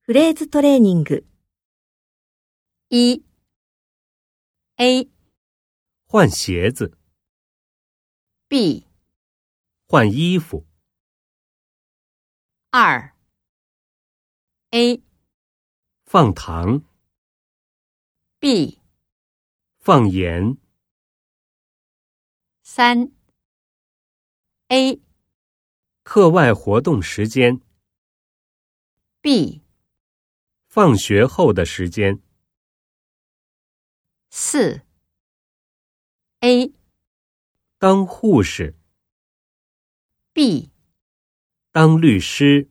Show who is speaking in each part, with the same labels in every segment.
Speaker 1: フレーズトレーニング。
Speaker 2: 一 A
Speaker 3: 换鞋子、
Speaker 2: B
Speaker 3: 换衣服、
Speaker 2: 二 A
Speaker 3: 放糖、
Speaker 2: B
Speaker 3: 放盐、
Speaker 2: 三 A
Speaker 3: 课外活动时间、
Speaker 2: B
Speaker 3: 放学后的时间、
Speaker 2: 四 A
Speaker 3: 当护士、
Speaker 2: B
Speaker 3: 当律师、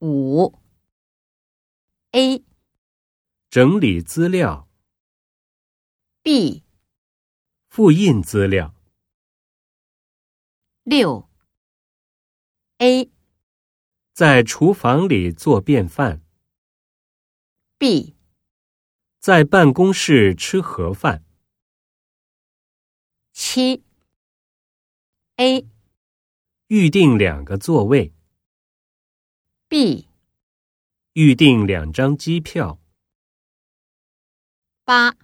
Speaker 2: 五 A
Speaker 3: 整理资料、
Speaker 2: B
Speaker 3: 复印资料、
Speaker 2: 六 A
Speaker 3: 在厨房里做便饭、
Speaker 2: B
Speaker 3: 在办公室吃盒饭、
Speaker 2: 七 A
Speaker 3: 预定两个座位、
Speaker 2: B
Speaker 3: 预定两张机票、
Speaker 2: 八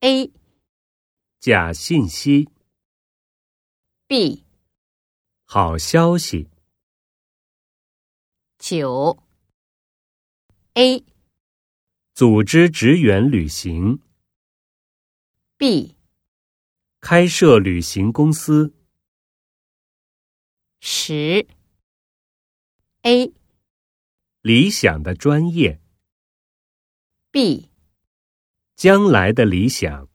Speaker 2: A
Speaker 3: 假信息、
Speaker 2: B
Speaker 3: 好消息、
Speaker 2: 九 A
Speaker 3: 组织职员旅行、
Speaker 2: B
Speaker 3: 开设旅行公司、
Speaker 2: 十 A
Speaker 3: 理想的专业。
Speaker 2: B
Speaker 3: 将来的理想。